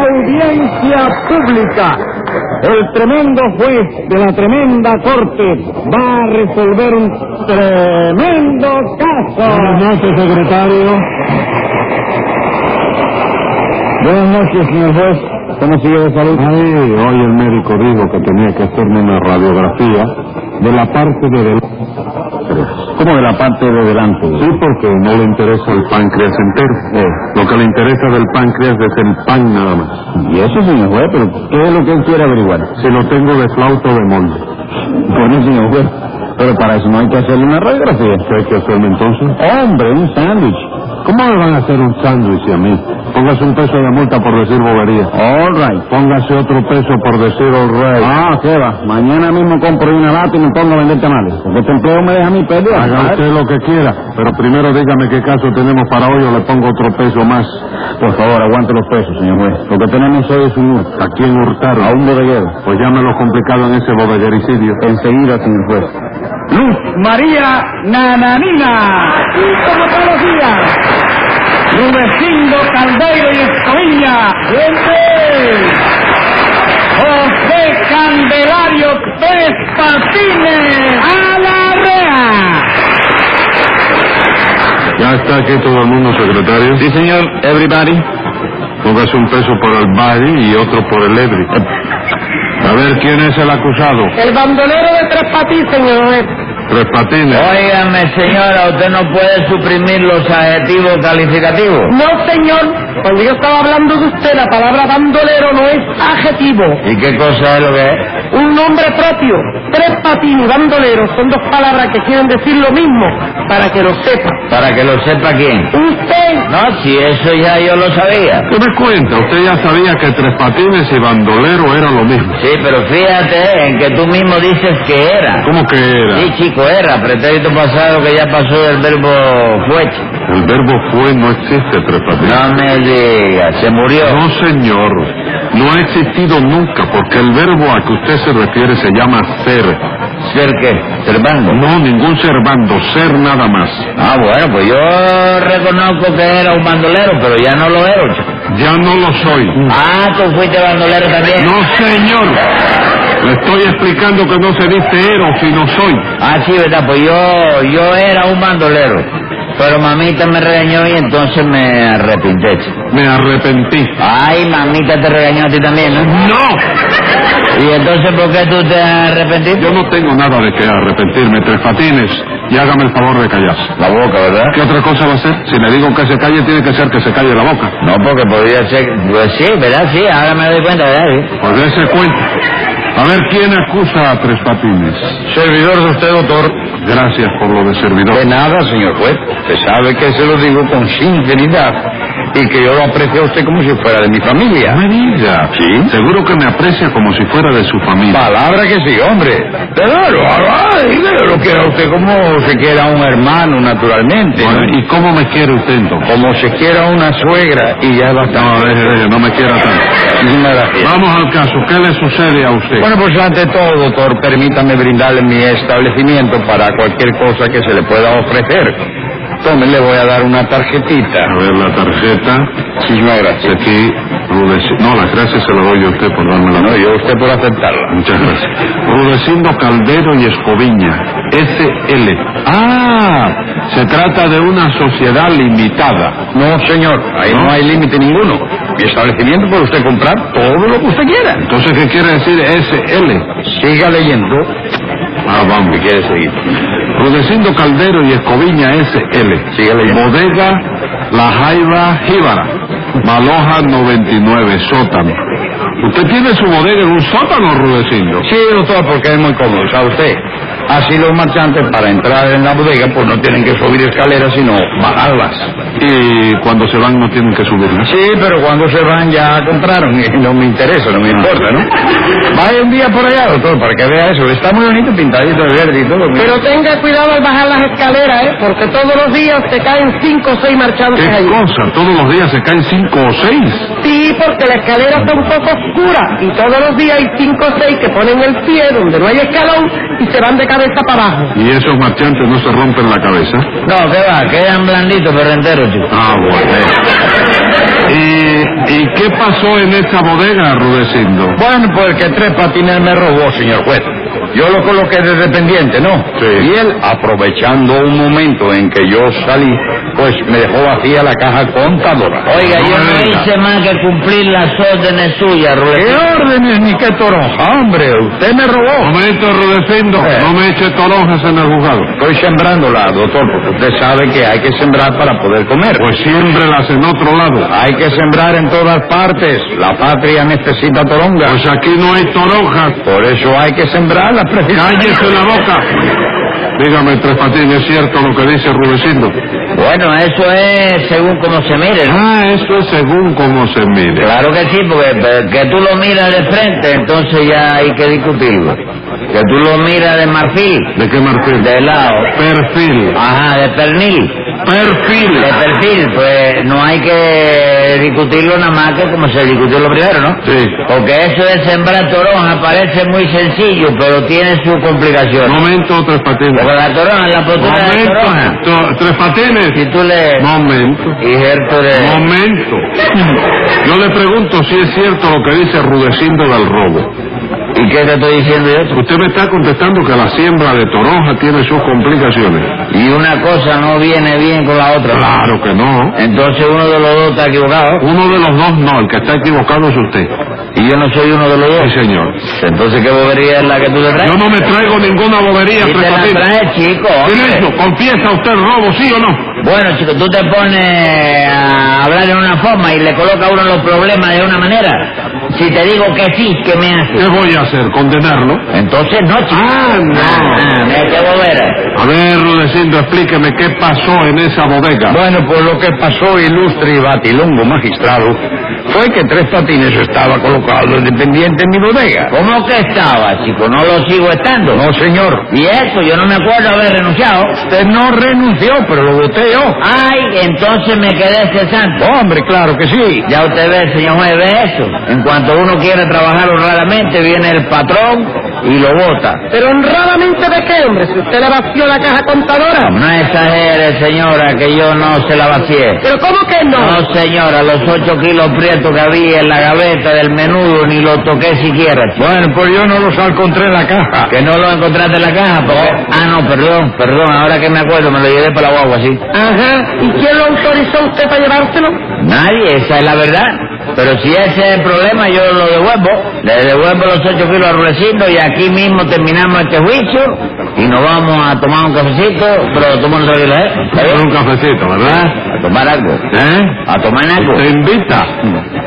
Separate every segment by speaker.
Speaker 1: audiencia pública. El tremendo juez de la tremenda corte va a resolver un tremendo caso.
Speaker 2: Buenas noches, secretario.
Speaker 1: Buenas noches, señor juez. ¿Cómo sigue de salud?
Speaker 2: Ahí, hoy el médico dijo que tenía que hacerme una radiografía de la parte de delante.
Speaker 1: ¿Cómo de la parte de delante? Eh.
Speaker 2: Sí, porque no le interesa el páncreas entero. Lo que le interesa del páncreas es el pan nada más.
Speaker 1: Y eso, señor juez, pero ¿qué es lo que él quiere averiguar?
Speaker 2: Si lo tengo de flauto de molde.
Speaker 1: Bueno, señor juez, pero para eso no hay que hacerle una radiografía.
Speaker 2: ¿Qué hay que hacerme entonces?
Speaker 1: Hombre, un sándwich.
Speaker 2: ¿Cómo me van a hacer un sándwich a mí? Póngase un peso de multa por decir bobería.
Speaker 1: All right.
Speaker 2: Póngase otro peso por decir all right.
Speaker 1: Ah, ¿qué va? Mañana mismo compro una lata y me pongo a vender tamales. Porque este empleo me deja mi perder.
Speaker 2: Haga
Speaker 1: ¿sabes?
Speaker 2: usted lo que quiera, pero primero dígame qué caso tenemos para hoy o le pongo otro peso más.
Speaker 1: Por favor, aguante los pesos, señor juez. Lo que tenemos hoy es un hurto.
Speaker 2: ¿A quién hurtaron?
Speaker 1: A un bodeguero.
Speaker 2: Pues llámelo complicado en ese bodeguericidio.
Speaker 1: Enseguida, señor juez. Luz María Nananina. Y como todos los días. Rubecindo Caldeiro y Escobilla. José Candelario Tres Patines. A la rea.
Speaker 2: Ya está aquí todo el mundo, secretario.
Speaker 1: Sí, señor. Everybody.
Speaker 2: Póngase un peso por el Bari y otro por el Edri. A ver quién es el acusado.
Speaker 3: El bandolero de Tres Patines, señor juez.
Speaker 2: Tres patines.
Speaker 4: Óigame, señora, usted no puede suprimir los adjetivos calificativos.
Speaker 3: No, señor. Cuando yo estaba hablando de usted, la palabra bandolero no es adjetivo.
Speaker 4: ¿Y qué cosa es lo que es?
Speaker 3: Un nombre propio. Tres Patines y bandolero son dos palabras que quieren decir lo mismo, para que lo sepa.
Speaker 4: Para que lo sepa quién.
Speaker 3: Usted
Speaker 4: No, si eso ya yo lo sabía.
Speaker 2: ¿Qué me cuenta? Usted ya sabía que tres patines y bandolero era lo mismo.
Speaker 4: Sí, pero fíjate en que tú mismo dices que era.
Speaker 2: ¿Cómo que era?
Speaker 4: Sí, chico, era. Pretérito pasado que ya pasó del verbo fueche.
Speaker 2: El verbo fue no existe, tres patines.
Speaker 4: No me digas, se murió.
Speaker 2: No, señor. No ha existido nunca, porque el verbo a que usted se refiere se llama ser.
Speaker 4: ¿Ser qué? ¿Ser bango?
Speaker 2: No, ningún servando, ser nada más.
Speaker 4: Ah, bueno, pues yo reconozco que era un bandolero, pero ya no lo era, chico.
Speaker 2: Ya no lo soy.
Speaker 4: Ah, tú fuiste bandolero también.
Speaker 2: No, señor. Le estoy explicando que no se dice ero, sino soy.
Speaker 4: Ah, sí, verdad, pues yo, yo era un bandolero. Pero mamita me regañó y entonces me arrepinté. chico.
Speaker 2: Me arrepentí.
Speaker 4: Ay, mamita te regañó a ti también, ¿no?
Speaker 2: ¡No!
Speaker 4: ¿Y entonces por qué tú te arrepentiste?
Speaker 2: Yo no tengo nada de que arrepentirme, tres patines. Y hágame el favor de callarse.
Speaker 4: La boca, ¿verdad?
Speaker 2: ¿Qué otra cosa va a ser? Si le digo que se calle, tiene que ser que se calle la boca.
Speaker 4: No, porque podría ser... Pues sí, ¿verdad? Sí, ahora me doy cuenta, ¿verdad? Sí.
Speaker 2: Pues dése cuenta. A ver, ¿quién acusa a tres patines?
Speaker 5: Servidor de usted, doctor.
Speaker 2: Gracias por lo de servidor.
Speaker 5: De nada, señor juez. Usted sabe que se lo digo con sinceridad y que yo lo aprecio a usted como si fuera de mi
Speaker 2: No
Speaker 5: familia.
Speaker 2: me diga.
Speaker 5: ¿Sí?
Speaker 2: Seguro que me aprecia como si fuera de su familia.
Speaker 5: Palabra que sí, hombre. Pero lo, lo, lo quiera usted como se quiera un hermano, naturalmente. ¿no?
Speaker 2: Bueno, ¿y cómo me quiere usted entonces?
Speaker 5: Como se quiera una suegra y ya va
Speaker 2: No, deje, deje, no me quiera tanto. Vamos al caso. ¿Qué le sucede a usted?
Speaker 5: Bueno, pues ante todo, doctor, permítame brindarle mi establecimiento para cualquier cosa que se le pueda ofrecer. Tome, le voy a dar una
Speaker 2: A
Speaker 5: tarjetita.
Speaker 2: ver, la tarjeta.
Speaker 5: Muchísimas
Speaker 2: Sí,
Speaker 5: gracias.
Speaker 2: Aquí, Rudeci- No, las gracias se las doy a usted por darme la
Speaker 5: No, yo a usted por aceptarla.
Speaker 2: Muchas gracias. Rudecindo Caldero y Escoviña, SL. Ah, se trata de una sociedad limitada.
Speaker 5: No, señor, ahí no hay límite ninguno. Mi establecimiento puede usted comprar todo lo que usted quiera.
Speaker 2: Entonces, ¿qué quiere decir SL?
Speaker 5: Siga leyendo.
Speaker 2: Ah, vamos.
Speaker 5: ¿Qué quiere seguir?
Speaker 2: Rudecindo Caldero y Escoviña, SL.
Speaker 5: Siga leyendo.
Speaker 2: Bodega La Jaiba Jíbara. Maloja 99, sótano. Usted tiene su bodega en un sótano, Rudecindo.
Speaker 5: Sí, doctor, porque es muy cómodo, ¿sabe usted? Así los marchantes para entrar en la bodega pues no tienen que subir escaleras sino bajarlas.
Speaker 2: Y cuando se van no tienen que subirlas.
Speaker 5: Sí, pero cuando se van ya compraron y no me interesa, no me importa, ¿no? Vaya un día por allá, doctor, para que vea eso. Está muy bonito, pintadito de verde y todo.
Speaker 3: Pero tenga cuidado al bajar las escaleras, ¿eh? Porque todos los días te caen cinco o seis marchantes
Speaker 2: ¿Qué
Speaker 3: ahí.
Speaker 2: cosa? Todos los días se caen cinco o seis.
Speaker 3: Sí, porque la escalera está un poco oscura y todos los días hay cinco o seis que ponen el pie donde no hay escalón y se van de cabeza para abajo.
Speaker 2: Y esos marchantes no se rompen la cabeza.
Speaker 4: No, que va, quedan blanditos pero enteros, chico.
Speaker 2: Ah, bueno. ¿Y, y qué pasa?
Speaker 6: pasó en esta bodega, Rudecindo?
Speaker 2: Bueno, pues que tres patines me robó, señor juez. Yo lo coloqué de dependiente, ¿no?
Speaker 6: Sí.
Speaker 2: Y él, aprovechando un momento en que yo salí, pues me dejó vacía la caja contadora.
Speaker 3: Oiga, yo no hice más que cumplir las órdenes suyas,
Speaker 2: ¿Qué
Speaker 3: Rudecindo.
Speaker 2: órdenes ni qué toronja, hombre? Usted me robó.
Speaker 6: Momento, Rudecindo,
Speaker 2: Eh.
Speaker 6: no me eche toronjas en el juzgado.
Speaker 2: Estoy sembrándola, doctor, porque usted sabe que hay que sembrar para poder comer.
Speaker 6: Pues siémbrelas en otro lado.
Speaker 2: Hay que sembrar en todas partes. La patria necesita toronga.
Speaker 6: Pues aquí no hay toronjas.
Speaker 2: Por eso hay que sembrarlas, precisamente.
Speaker 6: Cállese la boca. Dígame, Tres Patines, ¿es cierto lo que dice Rudecindo?
Speaker 3: Bueno, eso es según como se mire, ¿no?
Speaker 6: Ah, eso es según cómo se mire.
Speaker 3: Claro que sí, porque eh, que tú lo miras de frente, entonces ya hay que discutirlo. Que tú lo miras de marfil,
Speaker 6: ¿De qué marfil?
Speaker 3: de lado,
Speaker 6: Perfil.
Speaker 2: Ah,
Speaker 3: ajá, de pernil.
Speaker 6: Perfil.
Speaker 3: De perfil, pues no hay que discutirlo nada más que como se discutió lo primero, ¿no?
Speaker 6: Sí.
Speaker 3: Porque eso de sembrar toronja parece muy sencillo, pero tiene su complicación.
Speaker 6: Momento, Tres Patines.
Speaker 3: Porque la toronja, la postura de la
Speaker 6: Momento. eh,
Speaker 3: toronja,
Speaker 6: To- Tres
Speaker 3: si
Speaker 6: Patines.
Speaker 3: tú le...
Speaker 6: Momento.
Speaker 3: Y Gerto de...
Speaker 6: Momento. Yo le pregunto si es cierto lo que dice Rudecindo del robo.
Speaker 3: ¿Y qué te estoy diciendo yo?
Speaker 6: Usted me está contestando que la siembra de toronja tiene sus complicaciones.
Speaker 3: Y una cosa no viene bien con la otra.
Speaker 6: Claro que no.
Speaker 3: Entonces uno de los dos está equivocado.
Speaker 6: Uno de los dos no, el que está equivocado es usted.
Speaker 3: Y yo no soy uno de los
Speaker 6: Sí,
Speaker 3: dos.
Speaker 6: señor.
Speaker 3: Entonces, ¿qué bobería es la que tú le traes?
Speaker 6: Yo no me traigo ninguna bobería,
Speaker 3: Y te
Speaker 6: Tres
Speaker 3: la
Speaker 6: Patines.
Speaker 3: traes, chico. hombre.
Speaker 6: Silencio, confiesa usted el robo, ¿sí o no?
Speaker 3: Bueno, chico, tú te pones a hablar de una forma y le colocas a uno los problemas de una manera. Si te digo que sí, ¿qué me haces?
Speaker 6: ¿Qué voy a hacer? ¿Condenarlo?
Speaker 3: Entonces no, chico.
Speaker 6: Ah, no.
Speaker 3: Ah, mira qué bobera.
Speaker 6: A ver, Rudecindo, explíqueme qué pasó en esa bodega.
Speaker 2: Bueno, pues lo que pasó, ilustre y batilongo magistrado, fue que Tres Patines estaba colocado dependiente en mi bodega.
Speaker 3: ¿Cómo que estaba, chico? No lo sigo estando.
Speaker 2: No, señor.
Speaker 3: Y eso, yo no me acuerdo haber renunciado.
Speaker 2: Usted no renunció, pero lo voté yo.
Speaker 3: Ay, entonces me quedé cesante.
Speaker 2: Hombre, claro que sí.
Speaker 3: Ya usted ve, señor juez, ve eso. En cuanto uno quiere trabajar honradamente, viene el patrón y lo vota.
Speaker 7: Pero honradamente de qué, hombre, si usted le vació la caja contadora.
Speaker 3: No exagere, señora, que yo no se la vacié.
Speaker 7: Pero ¿cómo que no?
Speaker 2: Ah,
Speaker 3: No, señora, los ocho kilos prietos que había en la gaveta del menudo ni lo toqué siquiera. chico.
Speaker 2: Bueno, pues yo no los encontré en la caja.
Speaker 3: Que no lo encontraste en la caja, porque- Ah, no, perdón, perdón, ahora que me acuerdo, me lo llevé para la guagua, ¿sí?
Speaker 7: Ajá. ¿Y quién lo autorizó a usted para llevárselo?
Speaker 3: Nadie, esa es la verdad. Pero si ese es el problema, yo lo devuelvo. Le devuelvo los ocho kilos a Rudecindo y aquí mismo terminamos este juicio y nos vamos a tomar un cafecito, pero tomamos un tranquilo, ¿eh? ¿Está
Speaker 6: Con
Speaker 3: bien?
Speaker 6: un cafecito, ¿verdad?
Speaker 3: A tomar algo.
Speaker 6: ¿Eh?
Speaker 3: A tomar algo.
Speaker 6: ¿Te invita?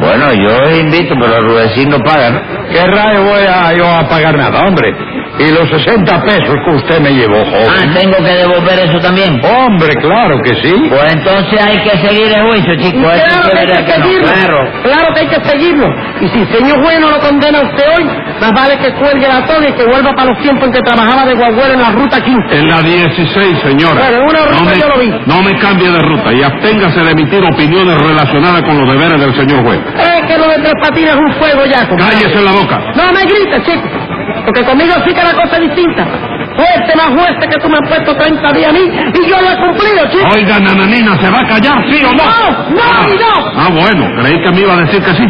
Speaker 3: Bueno, yo invito, pero Rudecindo paga, ¿no?
Speaker 2: ¿Qué rayo voy a yo a pagar nada, hombre? Y los 60 pesos que usted me llevó,
Speaker 3: Ah,
Speaker 2: joven.
Speaker 3: tengo que devolver eso también.
Speaker 2: Hombre, claro que sí.
Speaker 3: Pues entonces hay que seguir el juicio, chicos. Eso
Speaker 7: claro
Speaker 3: sí
Speaker 7: que
Speaker 3: es
Speaker 7: hay
Speaker 3: verdad
Speaker 7: que
Speaker 3: que no.
Speaker 7: seguirlo.
Speaker 3: Claro.
Speaker 7: Claro que hay que seguirlo. Y si el señor juez no lo condena a usted hoy, más vale que cuelgue la toga y que vuelva para los tiempos en que trabajaba de guagüero en la ruta 15.
Speaker 6: En la 16, señora.
Speaker 7: Bueno, en una ruta
Speaker 6: no me,
Speaker 7: yo lo vi.
Speaker 6: no me cambie de ruta y absténgase de emitir opiniones relacionadas con los deberes del señor juez.
Speaker 7: Es que lo de tres patines es un fuego ya, compadre.
Speaker 6: Cállese la boca.
Speaker 7: No me grites, chico, porque conmigo sí que la cosa es distinta. Fuerte más fuerte que tú me has puesto 30 días a mí y yo lo he cumplido, chico.
Speaker 6: Oiga, nananina, ¿se va a callar, sí o no?
Speaker 7: No, no,
Speaker 6: ah,
Speaker 7: y no. Ah.
Speaker 6: Ah, bueno, creí que me iba a decir que sí.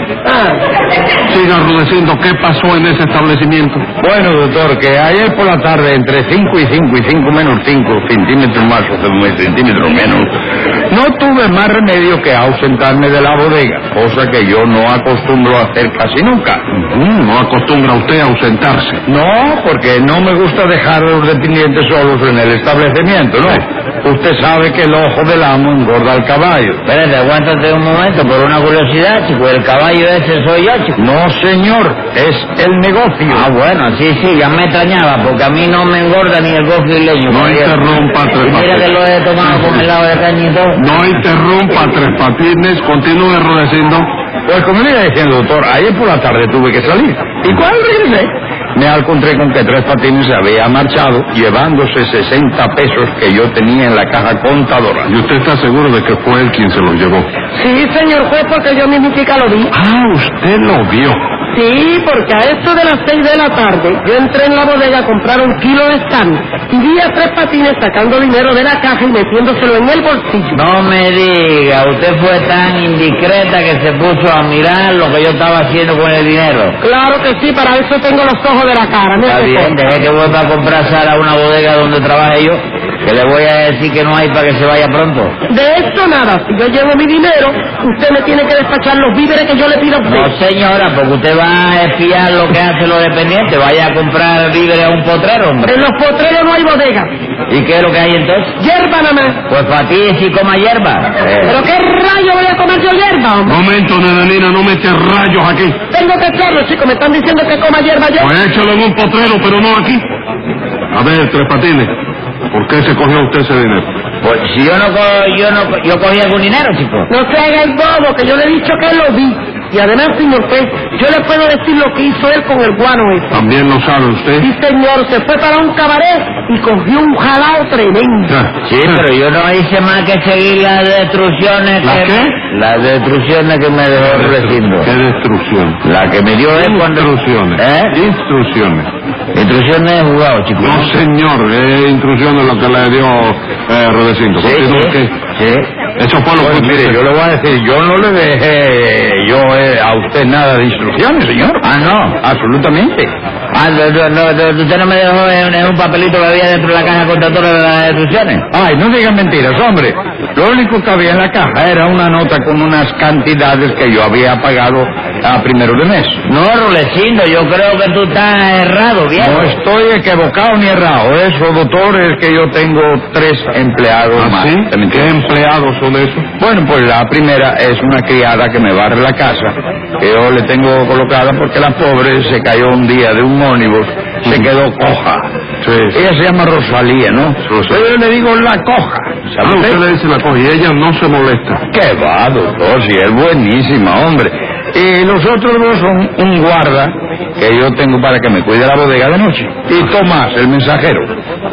Speaker 6: Siga Rudecindo, ¿qué pasó en ese establecimiento?
Speaker 2: Bueno, doctor, que ayer por la tarde, entre 5 y 5 y 5 menos 5 centímetros más o cen- centímetros menos, no tuve más remedio que ausentarme de la bodega, cosa que yo no acostumbro a hacer casi nunca.
Speaker 6: Mm, no acostumbra usted a ausentarse.
Speaker 2: No, porque no me gusta dejar a los dependientes solos en el establecimiento, ¿no? Usted sabe que el ojo del amo engorda al caballo.
Speaker 3: Espérate, aguántate un momento por una curiosidad, chico. El caballo ese soy yo, chico.
Speaker 2: No, señor, es el negocio.
Speaker 3: Ah, bueno, sí, sí, ya me extrañaba, porque a mí no me engorda ni el gofio y leño.
Speaker 6: No
Speaker 3: caballero.
Speaker 6: interrumpa,
Speaker 3: Y
Speaker 6: Tres
Speaker 3: Mira que
Speaker 6: Patines.
Speaker 3: lo he tomado con helado de caña y todo.
Speaker 6: No interrumpa, Tres Patines, continúe rodeciendo.
Speaker 2: Pues como le iba diciendo, doctor, ayer por la tarde tuve que salir. ¿Y cuál regresé? Me encontré con que Tres Patines se había marchado llevándose 60 pesos que yo tenía en la caja contadora.
Speaker 6: ¿Y usted está seguro de que fue él quien se los llevó?
Speaker 7: Sí, señor juez, porque yo mismitica lo vi.
Speaker 6: Ah, usted lo vio.
Speaker 3: Sí, porque a esto de las seis de la tarde yo entré en la bodega a comprar un kilo de sal y vi a tres patines sacando dinero de la caja y metiéndoselo en el bolsillo.
Speaker 2: No me diga, usted fue tan indiscreta que se puso a mirar lo que yo estaba haciendo con el dinero.
Speaker 3: Claro que sí, para eso tengo los ojos de la cara. ¿no?
Speaker 2: Está bien, deje que vuelva a comprar sal a una bodega donde trabaje yo, que le voy a decir que no hay para que se vaya pronto.
Speaker 3: De esto nada, si yo llevo mi dinero, usted me tiene que despachar los víveres que yo le pido a usted.
Speaker 2: No, señora, porque usted va a espiar lo que hacen los dependientes. Vaya a comprar víveres a un potrero, hombre.
Speaker 3: En los potreros no hay bodega,
Speaker 2: ¿Y qué es lo que hay entonces?
Speaker 3: hierba nada más.
Speaker 2: Pues fatigue si coma hierba.
Speaker 3: ¿Pero qué rayo voy a comer yo hierba, hombre?
Speaker 6: Momento, nananina, no mete rayos aquí.
Speaker 3: Tengo que claro, chicos, me están diciendo que coma hierba yo.
Speaker 6: Pues échalo en un potrero, pero no aquí. A ver, Tres Patines, ¿por qué se cogió usted ese dinero?
Speaker 2: Pues si yo no, co- yo no co- yo cogí algún dinero, chico.
Speaker 3: No se haga el bobo, que yo le he dicho que lo vi. Y además, señor juez, yo le puedo decir lo que hizo él con el guano ese.
Speaker 6: También lo sabe usted.
Speaker 3: Sí, señor, se fue para un cabaret y cogió un jalao tremendo.
Speaker 6: Ah,
Speaker 2: Sí, pero yo no hice más que seguir las destrucciones
Speaker 6: ¿La
Speaker 2: que...
Speaker 6: qué?
Speaker 2: Las destrucciones que me dejó el vecino.
Speaker 6: Qué destrucción.
Speaker 2: La que me dio es cuando...
Speaker 6: Instrucciones.
Speaker 2: ¿Eh?
Speaker 6: Instrucciones.
Speaker 2: Instrucciones de jugado, chico.
Speaker 6: No, señor, es instrucciones lo que le dio eh, Rudecindo.
Speaker 2: Sí,
Speaker 6: Continúe,
Speaker 2: sí,
Speaker 6: que
Speaker 2: sí.
Speaker 6: Eso fue lo
Speaker 8: Pues
Speaker 6: que
Speaker 8: mire, yo le voy a decir, yo no le dejé yo eh, a usted nada de instrucciones, señor.
Speaker 2: Ah, no.
Speaker 8: Absolutamente.
Speaker 2: Ah, no, no, no, no, usted no me dejó en, en un papelito que había dentro de la caja contra todas las destrucciones.
Speaker 8: Ay, no digan mentiras, hombre. Lo único que había en la caja era una nota con unas cantidades que yo había pagado a primero de mes.
Speaker 2: No, Rulecindo, yo creo que tú estás errado, viejo.
Speaker 8: No estoy equivocado ni errado. Eso, doctor, es que yo tengo tres empleados
Speaker 2: ¿Ah,
Speaker 8: más.
Speaker 6: ¿Así?
Speaker 8: ¿Te me
Speaker 6: ¿Qué
Speaker 8: entiendes?
Speaker 6: empleados son esos?
Speaker 8: Bueno, pues la primera es una criada que me barre la casa, que yo le tengo colocada porque la pobre se cayó un día de un ónibus, se quedó coja.
Speaker 6: Sí.
Speaker 8: Ella se llama Rosalía, ¿no?
Speaker 6: Rosalía.
Speaker 8: Yo le digo la coja.
Speaker 6: Ah,
Speaker 8: ¿sabe
Speaker 6: usted le dice la cosa y ella no se molesta.
Speaker 8: Qué va, doctor, si es buenísima, hombre. Y los otros dos son un guarda que yo tengo para que me cuide la bodega de noche. Y Tomás, el mensajero.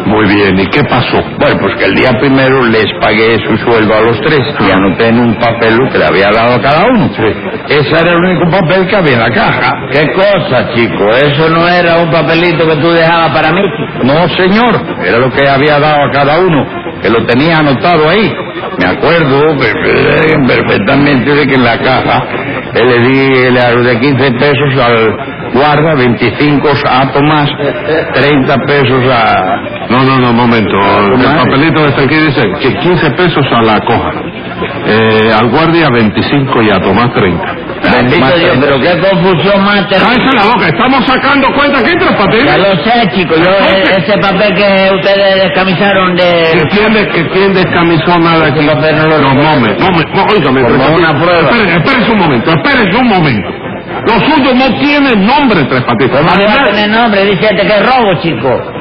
Speaker 6: Muy bien, ¿y qué pasó?
Speaker 8: Bueno, pues que el día primero les pagué su sueldo a los tres y anoté en un papel lo que le había dado a cada uno. Ese era el único papel que había en la caja.
Speaker 2: ¿Qué cosa, chico? Eso no era un papelito que tú dejabas para mí.
Speaker 8: No, señor, era lo que había dado a cada uno, que lo tenía anotado ahí. Me acuerdo eh, perfectamente de que en la caja eh, le di el aro de 15 pesos al guarda, 25 a Tomás, 30 pesos a...
Speaker 6: No, no, no, momento. El
Speaker 8: Madre.
Speaker 6: papelito está aquí dice que 15 pesos a la coja. Eh, al guardia 25 y a Tomás 30.
Speaker 2: Bendito
Speaker 8: Tomás
Speaker 2: Dios,
Speaker 8: 30.
Speaker 2: pero qué confusión más terrible.
Speaker 6: ¡Cállese la boca! ¡Estamos sacando cuenta aquí, Tres
Speaker 2: Ya
Speaker 6: Patines!
Speaker 2: lo sé, chico, yo e- ese papel que ustedes descamisaron
Speaker 6: Que
Speaker 2: de...
Speaker 6: tiende, que tiende camisona de aquí.
Speaker 2: Ese papel no lo
Speaker 6: No,
Speaker 2: recuerdo.
Speaker 6: momen, momen, mo- óigame,
Speaker 2: Formó
Speaker 6: Tres Patines.
Speaker 2: una prueba.
Speaker 6: Espérese, espérese un momento, espérese un momento. Lo suyo no tiene nombre, Tres Patines.
Speaker 2: ¿Cómo le va a
Speaker 6: Además-
Speaker 2: tener nombre? Dice este que es robo, chico.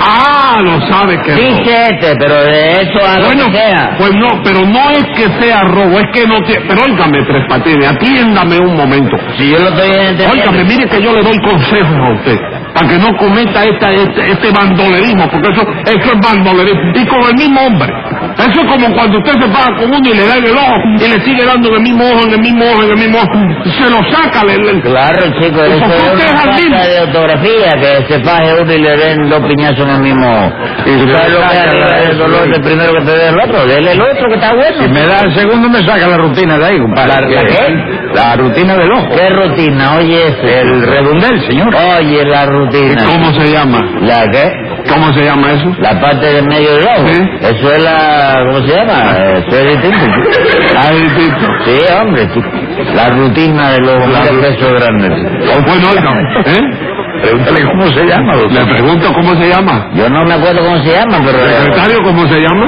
Speaker 6: Ah, lo sabe que no.
Speaker 2: Dice este, pero de eso a lo
Speaker 6: Bueno,
Speaker 2: que sea.
Speaker 6: pues no, pero no es que sea robo, es que no te... Pero óigame, Tres Patines, atiéndame un momento.
Speaker 2: Si yo lo estoy entendiendo...
Speaker 6: Óigame, mire que yo le doy consejos a usted, para que no cometa esta, este, este bandolerismo, porque eso, eso es bandolerismo, y con el mismo hombre. Eso es como cuando usted se paga con uno y le da en el ojo, y le sigue dando en el mismo ojo, en el mismo ojo, en el mismo ojo, se lo saca, le- le-
Speaker 2: Claro, chico,
Speaker 6: ¿Y
Speaker 2: eso
Speaker 6: por qué
Speaker 2: es
Speaker 6: usted
Speaker 2: una
Speaker 6: es así?
Speaker 2: falta de autografía, que se faje uno y le den dos piñazos en el mismo ojo.
Speaker 8: Y
Speaker 2: ¿Tú
Speaker 8: le
Speaker 2: sabes lo que
Speaker 8: saca la-
Speaker 2: es el dolor del primero que te dé el otro? Dele el otro que está
Speaker 8: Si
Speaker 2: bueno.
Speaker 8: me da el segundo me saca la rutina de ahí, compadre.
Speaker 2: ¿La- la qué?
Speaker 8: La rutina del ojo.
Speaker 2: ¿Qué rutina? Oye, eso.
Speaker 8: El redondel, señor.
Speaker 2: Oye, la rutina.
Speaker 6: ¿Cómo se llama?
Speaker 2: ¿La qué?
Speaker 6: ¿Cómo se llama eso?
Speaker 2: La parte del medio del ojo.
Speaker 6: Sí.
Speaker 2: Eso es la... ¿Cómo se llama? Eso es distinto.
Speaker 6: Ahí, Tito.
Speaker 2: Sí, hombre, chico. La rutina de los hombres pesos grandes.
Speaker 6: Oh, Bueno, óigame, ¿eh?
Speaker 8: Pregúntale cómo se llama, doctor.
Speaker 6: Le pregunto cómo se llama.
Speaker 2: Yo no me acuerdo cómo se llama, pero...
Speaker 6: ¿Secretario cómo se llama?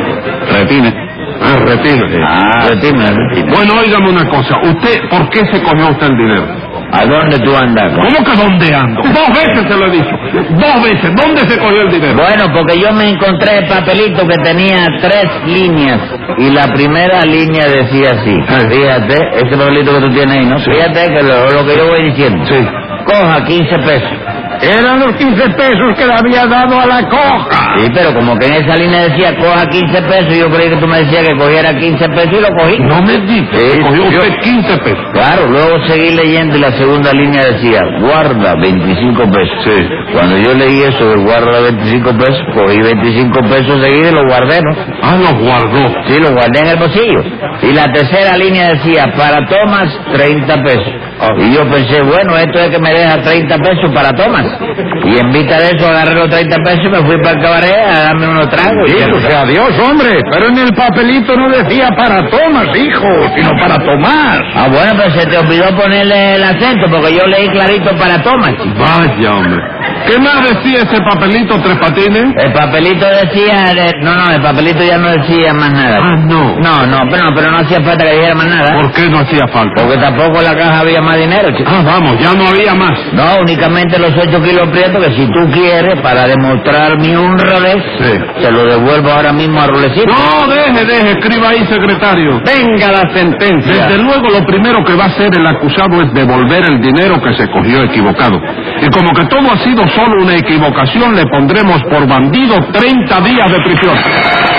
Speaker 6: Retine. Ah, Retine.
Speaker 2: Ah, rutina, rutina.
Speaker 6: Bueno, óigame una cosa. ¿Usted por qué se cogió usted el dinero?
Speaker 2: ¿A dónde tú andas? con-
Speaker 6: ¿Cómo que dónde ando? Dos veces se lo he dicho. Dos veces. ¿Dónde se cogió el dinero?
Speaker 2: Bueno, porque yo me encontré el papelito que tenía tres líneas y la primera línea decía así. Fíjate, ese papelito que tú tienes ahí, ¿no? Fíjate que lo, lo que yo voy diciendo.
Speaker 6: Sí.
Speaker 2: Coja 15 pesos.
Speaker 9: Eran los 15 pesos que le había dado a la coja.
Speaker 2: Sí, pero como que en esa línea decía coja 15 pesos, yo creí que tú me decías que cogiera 15 pesos y lo cogí.
Speaker 6: No me dice,
Speaker 2: Sí,
Speaker 6: que cogió
Speaker 2: yo-
Speaker 6: usted 15 pesos.
Speaker 2: Claro, luego seguí leyendo y la segunda línea decía, guarda 25 pesos.
Speaker 6: Sí.
Speaker 2: Cuando yo leí eso de guarda 25 pesos, cogí 25 pesos seguidos y lo guardé, ¿no?
Speaker 6: Ah, los guardó.
Speaker 2: Sí, lo guardé en el bolsillo. Y la tercera línea decía, para Tomás, 30 pesos. Y yo pensé, bueno, esto es que me deja 30 pesos para Tomás. Y en vista de eso agarré los 30 pesos y me fui para el cabaret a darme unos tragos. Y
Speaker 9: Bendito sea Dios, hombre. Pero en el papelito no decía para Tomás, hijo, sino para Tomás.
Speaker 2: Ah, bueno, pero se te olvidó ponerle el acento porque yo leí clarito para Tomás. chico.
Speaker 6: Vaya, hombre. ¿Qué más decía ese papelito, Tres Patines?
Speaker 2: El papelito decía, de- no, no, el papelito ya no decía más nada.
Speaker 6: Ah, no.
Speaker 2: No, no, pero no, pero no hacía falta que dijera más nada.
Speaker 6: ¿Por qué no hacía falta?
Speaker 2: Porque tampoco en la caja había más dinero, chico.
Speaker 6: Ah, vamos, ya no había más.
Speaker 2: No, únicamente los ocho kilos prietos que si tú quieres, para demostrar mi honradez,
Speaker 6: Sí.
Speaker 2: se lo devuelvo ahora mismo a Rulecito.
Speaker 6: No, deje, deje, escriba ahí, secretario.
Speaker 9: Venga la sentencia.
Speaker 6: Desde luego, lo primero que va a hacer el acusado es devolver el dinero que se cogió equivocado. Y como que todo ha sido solo una equivocación, le pondremos por bandido 30 días de prisión.